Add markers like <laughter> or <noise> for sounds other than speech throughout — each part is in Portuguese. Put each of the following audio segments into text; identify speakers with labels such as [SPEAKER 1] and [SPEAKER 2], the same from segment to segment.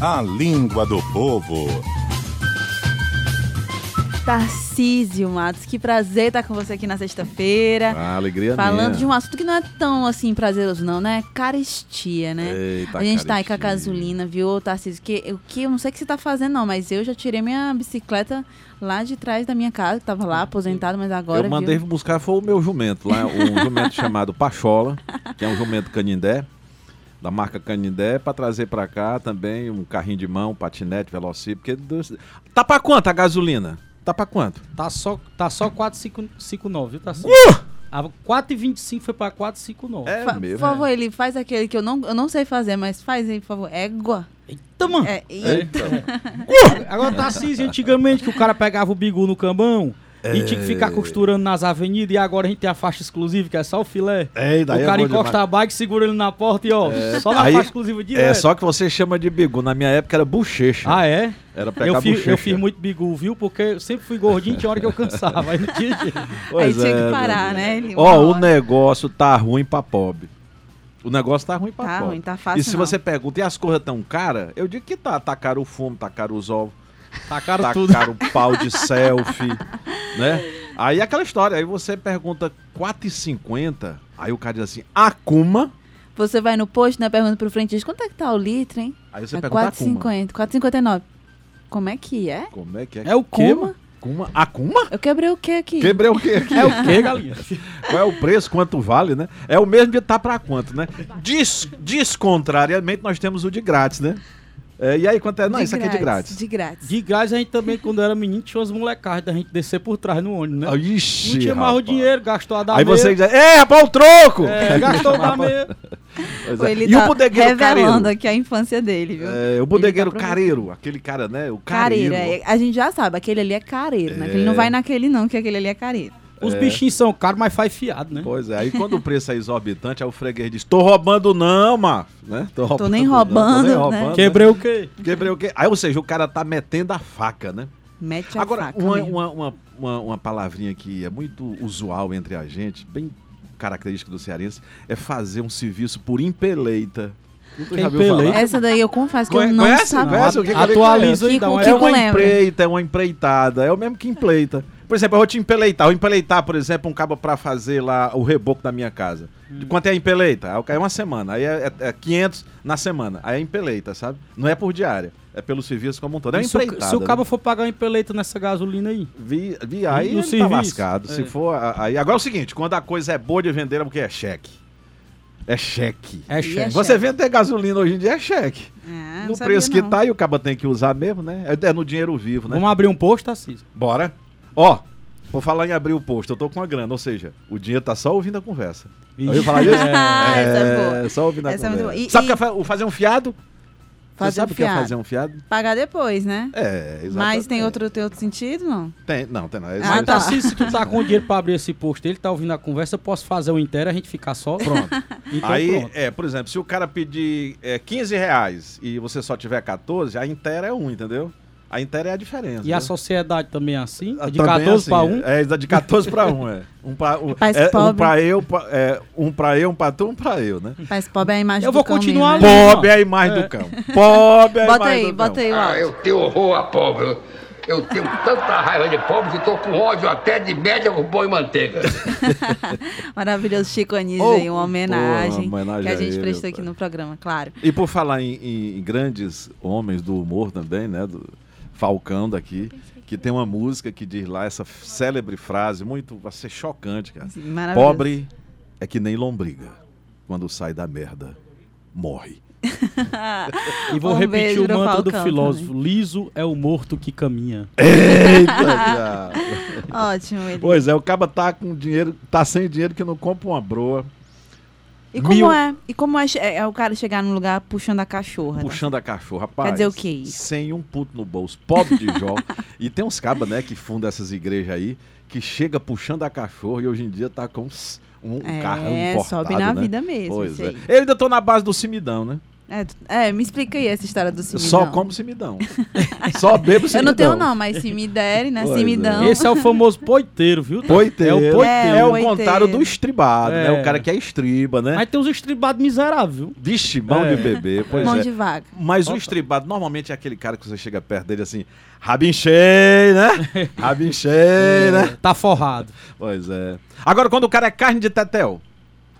[SPEAKER 1] A língua do povo.
[SPEAKER 2] Tarcísio Matos, que prazer estar com você aqui na sexta-feira.
[SPEAKER 3] Ah, alegria
[SPEAKER 2] Falando
[SPEAKER 3] minha.
[SPEAKER 2] de um assunto que não é tão assim prazeroso, não, né? Carestia, né?
[SPEAKER 3] Eita,
[SPEAKER 2] a gente tá aí com
[SPEAKER 3] caristia.
[SPEAKER 2] a gasolina, viu, ô, Tarcísio? Que, o que eu não sei o que você tá fazendo, não, mas eu já tirei minha bicicleta lá de trás da minha casa, que tava lá aposentado, mas agora.
[SPEAKER 3] Eu mandei buscar, foi o meu jumento lá,
[SPEAKER 2] <laughs>
[SPEAKER 3] um jumento chamado Pachola, que é um jumento canindé, da marca Canindé, pra trazer pra cá também um carrinho de mão, patinete, velocípedo. Porque... Deus- Tá pra quanto a gasolina? Tá pra quanto?
[SPEAKER 4] Tá só, tá só 4,59, viu, Tarcísio? A 4,25 foi pra 4,59.
[SPEAKER 3] Uh! É
[SPEAKER 2] Fa- por favor, ele faz aquele que eu não, eu não sei fazer, mas faz aí, por favor. Égua.
[SPEAKER 4] Eita, mano!
[SPEAKER 2] É, e-
[SPEAKER 4] Agora, Tarcísio, antigamente que o cara pegava o bigu no cambão e
[SPEAKER 3] É.
[SPEAKER 4] tinha que ficar costurando nas avenidas e agora a gente tem a faixa exclusiva, que é só o filé.
[SPEAKER 3] É, daí
[SPEAKER 4] o
[SPEAKER 3] é
[SPEAKER 4] cara
[SPEAKER 3] bom
[SPEAKER 4] encosta
[SPEAKER 3] demais. É.
[SPEAKER 4] a bike, segura ele na porta e ó, só na
[SPEAKER 3] Aí-
[SPEAKER 4] faixa exclusiva direto.
[SPEAKER 3] É, só que você chama de bigu. Na minha época era bochecha.
[SPEAKER 4] Ah, é?
[SPEAKER 3] Era pegar
[SPEAKER 4] Eu fiz,
[SPEAKER 3] bochecha.
[SPEAKER 4] eu fiz muito bigu, viu? Porque eu sempre fui gordinho, tinha hora que
[SPEAKER 3] <laughs>
[SPEAKER 4] eu cansava. Aí não tinha jeito.
[SPEAKER 2] aí
[SPEAKER 3] Pois
[SPEAKER 2] tinha
[SPEAKER 3] é,
[SPEAKER 2] que
[SPEAKER 3] meu
[SPEAKER 2] parar,
[SPEAKER 3] Deus.
[SPEAKER 2] né? Ele- uma
[SPEAKER 3] Ó, o
[SPEAKER 2] hora.
[SPEAKER 3] negócio tá ruim pra pobre. O negócio tá ruim pra
[SPEAKER 2] Tá
[SPEAKER 3] pobre.
[SPEAKER 2] ruim, tá fácil
[SPEAKER 3] E se
[SPEAKER 2] não.
[SPEAKER 3] você pergunta, e as coisas tão caras? Eu digo que tá. Tá caro o fumo, tá caro
[SPEAKER 2] <laughs>
[SPEAKER 3] os ovos,
[SPEAKER 4] Tacaram
[SPEAKER 3] tá
[SPEAKER 4] tudo.
[SPEAKER 3] caro o pau de selfie, né? Aí é aquela história, aí você pergunta 4,50, aí o cara diz assim, Akuma.
[SPEAKER 2] Você vai no posto, né? Pergunta pro frente, quanto é que tá o litro, hein?
[SPEAKER 3] Aí você
[SPEAKER 2] É
[SPEAKER 3] pergunta Akuma.
[SPEAKER 2] 4,50, 4,59. Como é que é?
[SPEAKER 3] Como é que é?
[SPEAKER 4] É o quê, mano?
[SPEAKER 2] Kuma?
[SPEAKER 3] Akuma? Akuma?
[SPEAKER 2] Eu quebrei É o que aqui?
[SPEAKER 3] Quebrei o quê aqui?
[SPEAKER 4] É o
[SPEAKER 3] <laughs>
[SPEAKER 4] quê, galinha?
[SPEAKER 3] Qual é o preço, quanto vale, né? É o mesmo de tá pra quanto, né? Des, descontrariamente, nós temos o de grátis, né? É, e aí, quanto é? Não,
[SPEAKER 2] De
[SPEAKER 3] isso aqui é de grátis.
[SPEAKER 2] De grátis.
[SPEAKER 4] De gás a gente também, quando era menino, tinha umas molecadas da gente descer por trás no ônibus, né?
[SPEAKER 3] Ah, Ixi,
[SPEAKER 4] não tinha mais o
[SPEAKER 3] rapaz.
[SPEAKER 4] dinheiro, gastou a da
[SPEAKER 3] Aí
[SPEAKER 4] meia.
[SPEAKER 3] você diz, é, rapaz, o troco!
[SPEAKER 4] É, gastou da meia.
[SPEAKER 3] Pois
[SPEAKER 2] Ou
[SPEAKER 3] é.
[SPEAKER 2] ele
[SPEAKER 3] E
[SPEAKER 2] tá
[SPEAKER 3] o bodegueiro
[SPEAKER 2] revelando
[SPEAKER 3] careiro?
[SPEAKER 2] aqui a infância dele, viu?
[SPEAKER 3] É, o bodegueiro
[SPEAKER 2] Ele tá
[SPEAKER 3] careiro, aquele cara, né? O
[SPEAKER 2] Careiro,
[SPEAKER 3] careiro.
[SPEAKER 2] é, a gente já sabe, aquele ali é careiro, né? Que ele não vai naquele não, que aquele ali é careiro.
[SPEAKER 4] Os bichinhos são caros, mas faz fiado, né?
[SPEAKER 3] Pois é, aí quando o preço é exorbitante, aí o freguês diz, tô roubando não, ma. Né? Tô, roubando
[SPEAKER 2] nem
[SPEAKER 3] não,
[SPEAKER 2] roubando, né?
[SPEAKER 3] é,
[SPEAKER 4] Quebrei o quê?
[SPEAKER 3] Quebrei o quê? Aí, ou seja, o cara tá metendo a faca, né?
[SPEAKER 2] Mete a
[SPEAKER 3] Agora,
[SPEAKER 2] é faca
[SPEAKER 3] uma,
[SPEAKER 2] mesmo.
[SPEAKER 3] uma, uma, uma, uma palavrinha que é muito usual entre a gente, bem característica do cearense, é fazer um serviço por impeleita. Tu
[SPEAKER 4] Que
[SPEAKER 3] já viu falar?
[SPEAKER 4] empeleita?
[SPEAKER 2] Essa daí eu confesso É que
[SPEAKER 3] Conhe-
[SPEAKER 2] eu não
[SPEAKER 3] conhece?
[SPEAKER 2] sabia.
[SPEAKER 3] Conhece o que que ele
[SPEAKER 4] Atualiza aí,
[SPEAKER 2] Kiko-
[SPEAKER 4] dá uma
[SPEAKER 2] Kiko
[SPEAKER 3] É uma
[SPEAKER 2] lembra.
[SPEAKER 3] empreita, é uma empreitada, é o mesmo que empleita. Por exemplo, eu vou te empeleitar. Eu vou empeleitar, por exemplo, um cabo pra fazer lá o reboco da minha casa. De quanto é a empeleita? Aí o cara é uma semana, aí é, é- é 500 na semana. Aí é empeleita, sabe? Não é por diária, é pelo serviço como um todo. É uma
[SPEAKER 4] E se, o-
[SPEAKER 3] empreitada.
[SPEAKER 4] se o
[SPEAKER 3] né?
[SPEAKER 4] cabo for pagar um empeleito nessa gasolina aí,
[SPEAKER 3] Vi, vi, aí
[SPEAKER 4] No
[SPEAKER 3] ele
[SPEAKER 4] serviço.
[SPEAKER 3] tá lascado. Se
[SPEAKER 4] É.
[SPEAKER 3] for, a- aí. Agora é o seguinte: quando a coisa é boa de vender, é porque é cheque. É cheque.
[SPEAKER 4] é
[SPEAKER 2] E é
[SPEAKER 4] chefe.
[SPEAKER 3] Você vender gasolina hoje em dia é cheque.
[SPEAKER 2] Ah, não
[SPEAKER 3] no
[SPEAKER 2] sabia,
[SPEAKER 3] preço
[SPEAKER 2] não.
[SPEAKER 3] que tá, e o cabo tem que usar mesmo, né? É, é no dinheiro vivo, né?
[SPEAKER 4] Vamos abrir um posto, Tarcísio?
[SPEAKER 3] Bora. Ó, vou falar em abrir o posto. Eu tô com a grana, ou seja, o dinheiro tá só ouvindo a conversa. Eu ia falar isso?
[SPEAKER 2] Ah, <laughs> essa é boa.
[SPEAKER 3] só ouvindo a
[SPEAKER 2] Essa é muito
[SPEAKER 3] conversa.
[SPEAKER 2] boa. E-
[SPEAKER 3] sabe o
[SPEAKER 2] e-
[SPEAKER 3] que é fa- o fazer um fiado? Você
[SPEAKER 2] Fazer um
[SPEAKER 3] sabe o que é
[SPEAKER 2] fiado.
[SPEAKER 3] fazer um fiado?
[SPEAKER 2] Pagar depois, né?
[SPEAKER 3] É, exatamente.
[SPEAKER 2] Mas tem outro, tem outro sentido, não?
[SPEAKER 3] Tem, não, tem não.
[SPEAKER 2] Ah,
[SPEAKER 3] É
[SPEAKER 4] Mas,
[SPEAKER 3] exatamente.
[SPEAKER 2] tá.
[SPEAKER 4] Tarcísio, se tu tá com dinheiro pra abrir esse posto, ele tá ouvindo a conversa, eu posso fazer o inteiro, a gente ficar só? Pronto. Então
[SPEAKER 3] aí,
[SPEAKER 4] pronto.
[SPEAKER 3] é, por exemplo, se o cara pedir é, 15 reais e você só tiver 14, a inteira é 1, entendeu? A inteira é a diferença.
[SPEAKER 4] E a
[SPEAKER 3] né?
[SPEAKER 4] sociedade também é assim?
[SPEAKER 3] Ah,
[SPEAKER 4] de
[SPEAKER 3] também
[SPEAKER 4] 14
[SPEAKER 3] assim,
[SPEAKER 4] pra 1?
[SPEAKER 3] É, é de 14 pra 1, é. Um pra, um,
[SPEAKER 2] Faz
[SPEAKER 3] é, um
[SPEAKER 2] pobre.
[SPEAKER 3] pra eu, pra- é, um pra eu, um pra tu, um pra eu, né?
[SPEAKER 4] Hum.
[SPEAKER 2] Mas pobre é a imagem
[SPEAKER 4] Eu
[SPEAKER 2] do
[SPEAKER 4] vou
[SPEAKER 2] cão mesmo,
[SPEAKER 4] continuar
[SPEAKER 2] né?
[SPEAKER 4] lendo.
[SPEAKER 3] Pobre é a imagem do cão. Pobre é a
[SPEAKER 2] Bota
[SPEAKER 3] imagem
[SPEAKER 2] aí,
[SPEAKER 3] do
[SPEAKER 2] bota
[SPEAKER 3] cão.
[SPEAKER 2] aí o
[SPEAKER 5] Ah,
[SPEAKER 2] áudio.
[SPEAKER 5] eu tenho horror a pobre. Eu- Eu tenho tanta raiva de pobre que tô com ódio até de média com pão e manteiga.
[SPEAKER 2] <laughs> Maravilhoso Chico Anísio
[SPEAKER 3] Oh,
[SPEAKER 2] aí, uma homenagem,
[SPEAKER 3] pô, uma homenagem
[SPEAKER 2] que a
[SPEAKER 3] a
[SPEAKER 2] gente
[SPEAKER 3] ele,
[SPEAKER 2] prestou aqui
[SPEAKER 3] pai.
[SPEAKER 2] no programa, claro.
[SPEAKER 3] E por falar em, em- em grandes homens do humor também, né? Do Falcão daqui, que tem uma música que diz lá essa célebre frase, muito, vai ser chocante, cara.
[SPEAKER 2] Assim, Maravilhoso. <laughs>
[SPEAKER 3] Pobre é que nem lombriga. Quando sai da merda, morre.
[SPEAKER 4] E vou
[SPEAKER 2] Um
[SPEAKER 4] repetir
[SPEAKER 2] beijo
[SPEAKER 4] o
[SPEAKER 2] pro
[SPEAKER 4] manto do
[SPEAKER 2] Falcão
[SPEAKER 4] filósofo: liso é o morto que caminha.
[SPEAKER 3] Eita,
[SPEAKER 2] Ótimo, ele.
[SPEAKER 3] é, Pois é, o caba tá com dinheiro, tá sem dinheiro que não compra uma broa,
[SPEAKER 2] E como
[SPEAKER 3] Mil.
[SPEAKER 2] é? E como é, che- é o cara chegar num lugar puxando a cachorra? né?
[SPEAKER 3] puxando a cachorra, rapaz.
[SPEAKER 2] dizer o que é isso?
[SPEAKER 3] Sem um puto no bolso, pobre de
[SPEAKER 2] <laughs>
[SPEAKER 3] Jó. e tem uns cabas, né, que fundam essas igrejas aí, que chega puxando a cachorra e hoje em dia tá com uns- um, um
[SPEAKER 2] É,
[SPEAKER 3] carro importado,
[SPEAKER 2] sobe na
[SPEAKER 3] né?
[SPEAKER 2] vida mesmo.
[SPEAKER 3] Pois
[SPEAKER 2] isso
[SPEAKER 3] é.
[SPEAKER 2] aí.
[SPEAKER 3] Eu ainda tô na base do cimidão, né?
[SPEAKER 2] É, tu- é, me explica aí essa história do
[SPEAKER 3] Eu
[SPEAKER 2] cimidão.
[SPEAKER 3] só como se me
[SPEAKER 2] <laughs>
[SPEAKER 3] dão. só bebo se
[SPEAKER 2] Eu
[SPEAKER 3] me
[SPEAKER 2] não tenho
[SPEAKER 3] dão.
[SPEAKER 2] não, mas se me derem, né?
[SPEAKER 3] Pois
[SPEAKER 2] Se me
[SPEAKER 3] é.
[SPEAKER 2] dão.
[SPEAKER 4] Esse é o famoso poiteiro, viu? Tato?
[SPEAKER 3] Poiteiro.
[SPEAKER 4] É o
[SPEAKER 2] poiteiro.
[SPEAKER 3] É, o
[SPEAKER 2] Poiteiro.
[SPEAKER 3] contrário do estribado, né?
[SPEAKER 4] É.
[SPEAKER 3] O cara que é estriba, né?
[SPEAKER 4] Mas tem uns estribados miseráveis, viu?
[SPEAKER 3] Vixe, mão
[SPEAKER 4] É.
[SPEAKER 3] de bebê, pois
[SPEAKER 2] Mão
[SPEAKER 3] é.
[SPEAKER 2] de vaca.
[SPEAKER 3] Mas o estribado normalmente é aquele cara que você chega perto dele assim, rabinchei,
[SPEAKER 4] <laughs>
[SPEAKER 3] né? rabinchei, né?
[SPEAKER 4] Tá forrado.
[SPEAKER 3] Pois é. Agora, quando o cara é carne de tetel,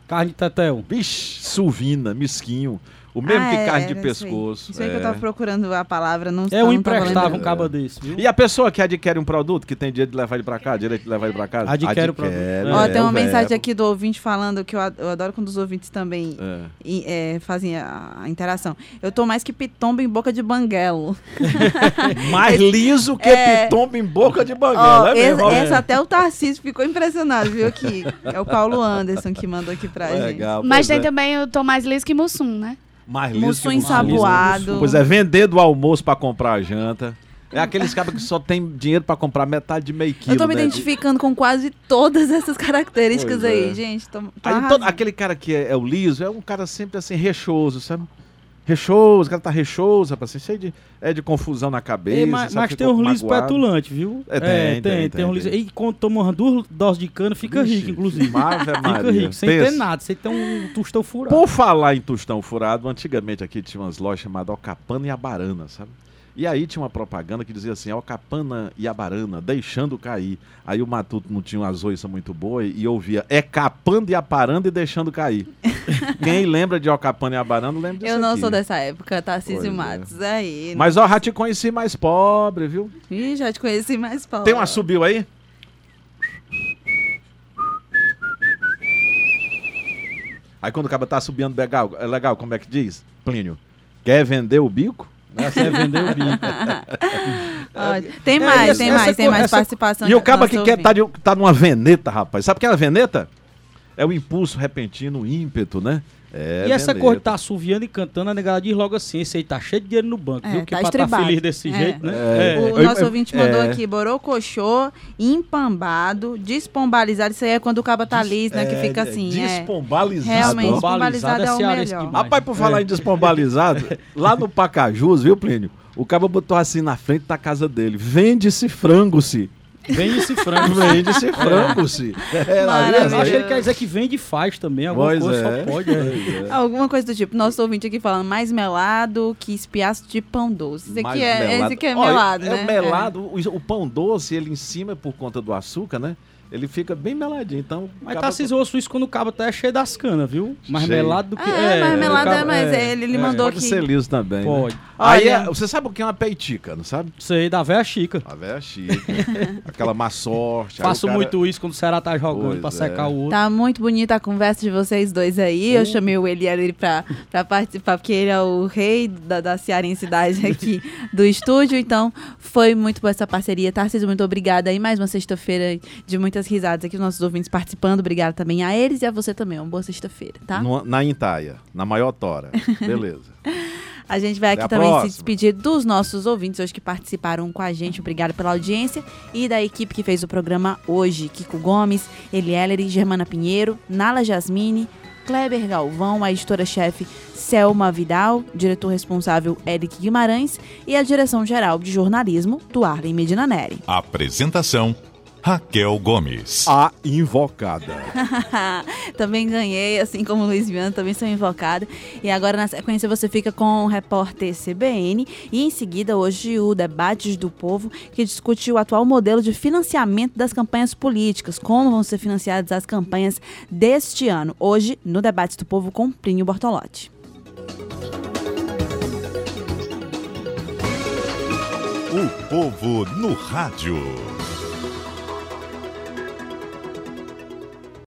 [SPEAKER 4] Carne de tetel.
[SPEAKER 3] vixe, suvina, mesquinho, o mesmo
[SPEAKER 2] Ah,
[SPEAKER 3] que
[SPEAKER 2] é,
[SPEAKER 3] carne de
[SPEAKER 2] era isso aí.
[SPEAKER 3] pescoço.
[SPEAKER 2] Isso aí que eu
[SPEAKER 3] é.
[SPEAKER 2] tava procurando a palavra, não
[SPEAKER 4] É um
[SPEAKER 2] não tá tava
[SPEAKER 4] emprestável, um
[SPEAKER 2] lembrando.
[SPEAKER 4] cabo desse, viu?
[SPEAKER 3] E a pessoa que adquire um produto, que tem direito de levar ele pra cá, direito de levar ele pra casa?
[SPEAKER 4] Adquire o produto.
[SPEAKER 2] Ó,
[SPEAKER 4] É,
[SPEAKER 2] tem
[SPEAKER 3] o
[SPEAKER 2] uma mensagem
[SPEAKER 3] verbo.
[SPEAKER 2] aqui do ouvinte falando que eu ad- eu adoro quando os ouvintes também
[SPEAKER 3] É.
[SPEAKER 2] e, é, fazem a, a interação. Eu tô mais que pitomba em boca de banguelo.
[SPEAKER 3] É. Mais liso que
[SPEAKER 2] É.
[SPEAKER 3] pitomba em boca de
[SPEAKER 2] Ó,
[SPEAKER 3] banguela, é
[SPEAKER 2] esse-
[SPEAKER 3] mesmo?
[SPEAKER 2] essa, até o Tarcísio ficou impressionado, viu? Que é o Paulo Anderson que mandou aqui pra
[SPEAKER 3] Legal,
[SPEAKER 6] Mas
[SPEAKER 3] pois
[SPEAKER 6] tem
[SPEAKER 3] é.
[SPEAKER 6] também o Tomás Liso que Mussum, né?
[SPEAKER 3] Mais
[SPEAKER 2] gente.
[SPEAKER 3] liso que
[SPEAKER 2] Mussum
[SPEAKER 3] mussum.
[SPEAKER 2] ensaboado.
[SPEAKER 3] Pois é, vender do almoço pra comprar a janta. É aqueles caras que só tem dinheiro pra comprar metade de meio quilo,
[SPEAKER 2] Eu tô me
[SPEAKER 3] né?
[SPEAKER 2] identificando com quase todas essas características
[SPEAKER 3] Pois
[SPEAKER 2] aí,
[SPEAKER 3] é.
[SPEAKER 2] gente. Tô, tô
[SPEAKER 3] Aí, todo-
[SPEAKER 2] arrasando.
[SPEAKER 3] aquele cara que é, é o liso é um cara sempre assim, rechoso, sabe? Rechoso, o cara tá rechoso, rapaz, assim, cheio de, é de confusão na cabeça.
[SPEAKER 4] É, mas
[SPEAKER 3] sabe?
[SPEAKER 4] mas
[SPEAKER 3] Fica
[SPEAKER 4] tem
[SPEAKER 3] um
[SPEAKER 4] uns
[SPEAKER 3] pouco
[SPEAKER 4] lisos
[SPEAKER 3] magoado.
[SPEAKER 4] petulantes, viu?
[SPEAKER 3] É, tem, tem, tem,
[SPEAKER 4] tem, uns lisos.
[SPEAKER 3] tem.
[SPEAKER 4] E quando toma umas duas doses de cana, fica
[SPEAKER 3] Vixe,
[SPEAKER 4] rico, inclusive.
[SPEAKER 3] Ave
[SPEAKER 4] Fica
[SPEAKER 3] Maria.
[SPEAKER 4] rico, sem
[SPEAKER 3] Pensa.
[SPEAKER 4] ter nada, sem ter um tostão furado.
[SPEAKER 3] Por falar em tostão furado, antigamente aqui tinha umas lojas chamadas Alcapana e Abarana, sabe? E aí tinha uma propaganda que dizia assim, Alcapana e Abarana, deixando cair. Aí o Matuto não tinha uma zoiça muito boa e ouvia, é capando e aparando e deixando
[SPEAKER 2] <laughs>
[SPEAKER 3] cair. Quem lembra de Alcapana e Abarana, lembra disso
[SPEAKER 2] Eu não
[SPEAKER 3] aqui.
[SPEAKER 2] sou dessa época, Tarcísio
[SPEAKER 3] Pois é.
[SPEAKER 2] Matos. Aí. né?
[SPEAKER 3] Mas ó, já te conheci mais pobre, viu?
[SPEAKER 2] Ih, já te conheci mais, Paulo.
[SPEAKER 3] Tem uma subiu aí? Aí quando o cara tá subindo legal, é legal, como é que diz? Plínio, quer vender o bico?
[SPEAKER 4] Você é vender
[SPEAKER 3] <laughs>
[SPEAKER 4] o bico. <laughs>
[SPEAKER 2] Ó, tem
[SPEAKER 4] É,
[SPEAKER 2] mais,
[SPEAKER 4] essa-
[SPEAKER 2] tem
[SPEAKER 4] essa
[SPEAKER 2] mais, tem
[SPEAKER 4] co-
[SPEAKER 2] mais
[SPEAKER 4] essa-
[SPEAKER 2] participação.
[SPEAKER 3] e o
[SPEAKER 2] da-
[SPEAKER 3] caba
[SPEAKER 2] nossa
[SPEAKER 3] que quer
[SPEAKER 2] ouvinte.
[SPEAKER 3] tá, de, tá numa veneta, rapaz. Sabe o que é uma veneta? É o impulso repentino, o ímpeto, né? É
[SPEAKER 4] e essa
[SPEAKER 3] veneta.
[SPEAKER 4] cor tá assoviando e cantando, a negada diz logo assim: esse aí tá cheio de dinheiro no banco,
[SPEAKER 2] É,
[SPEAKER 4] viu? Que
[SPEAKER 2] tá
[SPEAKER 4] pra tá
[SPEAKER 2] estribado.
[SPEAKER 4] feliz desse
[SPEAKER 2] É.
[SPEAKER 4] jeito, né?
[SPEAKER 2] O
[SPEAKER 3] Eu-
[SPEAKER 2] nosso
[SPEAKER 3] eu-
[SPEAKER 2] ouvinte
[SPEAKER 3] é.
[SPEAKER 2] mandou aqui borocochô, empambado, despombalizado. Isso aí é quando o caba tá liso, né? Que fica assim. é.
[SPEAKER 3] Despombalizado.
[SPEAKER 2] Realmente,
[SPEAKER 4] Despombalizado
[SPEAKER 2] despombalizado
[SPEAKER 4] é
[SPEAKER 2] é o
[SPEAKER 4] cearense
[SPEAKER 2] melhor.
[SPEAKER 4] demais.
[SPEAKER 3] tá Rapaz, por falar em despombalizado, lá no Pacajus, viu, Plínio? O cabo botou assim na frente da casa dele. Vende-se frango-se.
[SPEAKER 4] Vem
[SPEAKER 3] <laughs>
[SPEAKER 4] esse
[SPEAKER 2] <laughs>
[SPEAKER 4] frango.
[SPEAKER 3] Vende-se
[SPEAKER 2] É.
[SPEAKER 3] frango-se.
[SPEAKER 4] Eu
[SPEAKER 2] Maravilhoso.
[SPEAKER 4] acho que ele quer dizer que vende e faz também, alguma
[SPEAKER 3] É, né? Pois
[SPEAKER 4] coisa
[SPEAKER 3] é.
[SPEAKER 4] só pode.
[SPEAKER 3] <laughs>
[SPEAKER 4] é.
[SPEAKER 2] Alguma coisa do tipo. Nosso ouvinte aqui falando mais melado que espiaço de pão doce. Esse aqui, é, melado. Esse aqui é
[SPEAKER 3] Olha,
[SPEAKER 2] melado, né?
[SPEAKER 3] É melado. O, o pão doce, ele em cima, é por conta do açúcar, né? Ele fica bem meladinho. Então,
[SPEAKER 4] Mas
[SPEAKER 3] acaba-
[SPEAKER 4] tá se zoando isso quando o cabo tá é cheio das canas, viu? Mais
[SPEAKER 3] Cheio.
[SPEAKER 4] melado do que.
[SPEAKER 2] É, mais melado
[SPEAKER 4] o cabo-
[SPEAKER 2] é, mas ele- ele mandou
[SPEAKER 3] Pode
[SPEAKER 2] que-
[SPEAKER 3] ser liso também. né?
[SPEAKER 4] Pode.
[SPEAKER 3] Aí,
[SPEAKER 2] Olha.
[SPEAKER 3] é- você sabe o que é uma peitica, não sabe?
[SPEAKER 4] Isso aí da véia chica.
[SPEAKER 3] A velha chica.
[SPEAKER 2] <laughs>
[SPEAKER 3] aquela má sorte. aí o
[SPEAKER 4] Faço
[SPEAKER 3] cara-
[SPEAKER 4] muito isso quando o Ceará tá jogando
[SPEAKER 3] Pois
[SPEAKER 4] pra
[SPEAKER 3] é.
[SPEAKER 4] secar o outro.
[SPEAKER 2] Tá muito bonita a conversa de vocês dois aí. Eu chamei o Eliel ele pra, pra participar, porque ele é o rei da, da cearensidade aqui do estúdio. Então, foi muito boa essa parceria. Tarcísio, muito obrigada aí. Mais uma sexta-feira de muitas risadas aqui, os nossos ouvintes participando. Obrigada também a eles e a você também. Uma boa sexta-feira, tá?
[SPEAKER 3] Numa- na Intaia, na
[SPEAKER 2] <laughs>
[SPEAKER 3] maior tora. Beleza.
[SPEAKER 2] A gente vai
[SPEAKER 3] Até
[SPEAKER 2] aqui
[SPEAKER 3] a
[SPEAKER 2] também se
[SPEAKER 3] próxima.
[SPEAKER 2] despedir dos nossos ouvintes hoje que participaram com a gente. Obrigado pela audiência e da equipe que fez o programa hoje. Kiko Gomes, Elielere, Germana Pinheiro, Nala Jasmine, Kleber Galvão, a editora-chefe Selma Vidal, diretor responsável Eric Guimarães e a direção-geral de jornalismo Tuarlen Medina Neri.
[SPEAKER 1] Apresentação: Raquel Gomes.
[SPEAKER 3] A invocada.
[SPEAKER 2] <laughs> também ganhei, assim como o Luiz Viana, também sou invocada. E agora, na sequência, você fica com o repórter CBN e, em seguida, hoje, o Debates do Povo, que discute o atual modelo de financiamento das campanhas políticas, como vão ser financiadas as campanhas deste ano. Hoje, no Debates do Povo com Plínio Bortolotti.
[SPEAKER 1] O povo no rádio.